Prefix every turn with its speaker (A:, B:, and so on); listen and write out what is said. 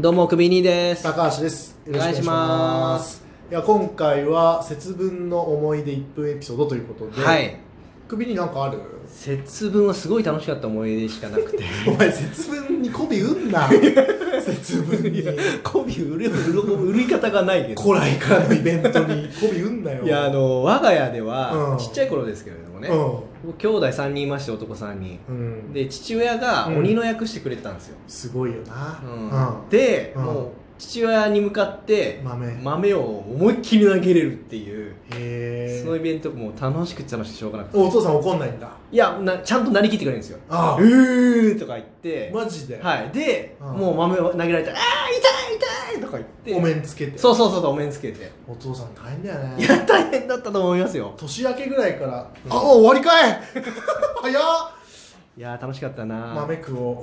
A: どうも、くびにです。
B: 高橋です。よろしくお
A: お願
B: 願いし
A: いしま
B: ますす。いや今回は節分の思い出1分エピソードということで、
A: はい。
B: 首になんかある？
A: 節分はすごい楽しかった思い出しかなくて。
B: お前節分に媚び売んな。節分に
A: コビ売る、売る、売り方がないけど。
B: 古来からのイベントに媚び売んなよ。
A: いや、あの、我が家では、
B: うん
A: ちっちゃい頃ですけれどもね、僕兄弟3人いまして、男3人。
B: うん、うん、
A: で、父親が
B: うん
A: 鬼の役してくれてたんですよ。
B: すごいよな。
A: うんで、
B: うん
A: もう、父親に向かって、
B: 豆。
A: 豆を思いっきり投げれるっていう、
B: へ
A: そのイ
B: え。
A: ベントもう楽しくて楽しくてしょうがなくて。
B: お父さん怒んないんだ。
A: いや、なちゃんとなりきってくれるんですよ。
B: あ
A: うーとか言って、
B: マジで。
A: はい、で、
B: うん
A: もう豆を投げられたら「あー痛い痛い!」とか言って
B: お面つけて。
A: そうそうそうそうお面つけて
B: お父さん大変だよ
A: い
B: ね。
A: や大変だったと思いますよ
B: 年明けぐらいから、あもう終わりかい。早っ。
A: いやー楽しかったな
B: 豆食おう。